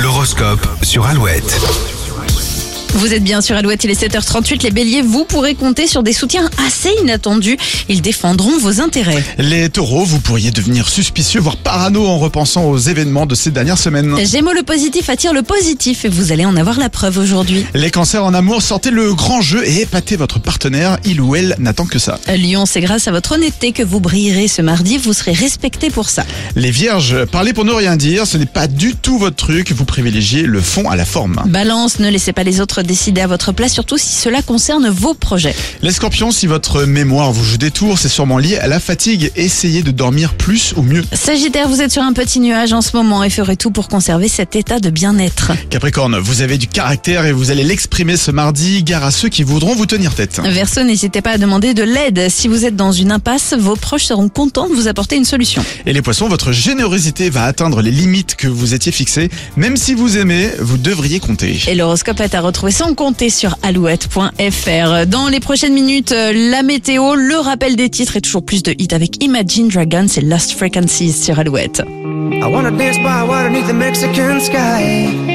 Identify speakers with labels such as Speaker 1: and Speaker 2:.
Speaker 1: L'horoscope sur Alouette.
Speaker 2: Vous êtes bien sur Alouette, il est 7h38. Les béliers, vous pourrez compter sur des soutiens assez inattendus. Ils défendront vos intérêts.
Speaker 3: Les taureaux, vous pourriez devenir suspicieux, voire parano en repensant aux événements de ces dernières semaines.
Speaker 2: Gémeaux, le positif attire le positif et vous allez en avoir la preuve aujourd'hui.
Speaker 3: Les cancers en amour, sortez le grand jeu et épatez votre partenaire, il ou elle n'attend que ça.
Speaker 2: Lyon, Euh, c'est grâce à votre honnêteté que vous brillerez ce mardi. Vous serez respecté pour ça.
Speaker 3: Les vierges, parlez pour ne rien dire, ce n'est pas du tout votre truc, vous privilégiez le fond à la forme.
Speaker 2: Balance, ne laissez pas les autres décider à votre place, surtout si cela concerne vos projets.
Speaker 3: Les scorpions, si votre mémoire vous joue des tours, c'est sûrement lié à la fatigue, essayez de dormir plus ou mieux.
Speaker 2: Sagittaire, vous êtes sur un petit nuage en ce moment et ferez tout pour conserver cet état de bien-être.
Speaker 3: Capricorne, vous avez du caractère et vous allez l'exprimer ce mardi, gare à ceux qui voudront vous tenir tête.
Speaker 2: Verseau, n'hésitez pas à demander de l'aide. Si vous êtes dans une impasse, vos proches seront contents de vous apporter une solution.
Speaker 3: Et les poissons, votre générosité va atteindre les limites que vous étiez fixées, même si vous aimez, vous devriez compter.
Speaker 2: Et l'horoscope est à retrouver sans compter sur alouette.fr. Dans les prochaines minutes, euh, la météo, le rappel des titres et toujours plus de hits avec Imagine Dragons et Lost Frequencies sur Alouette.
Speaker 4: I wanna dance by water beneath the Mexican sky.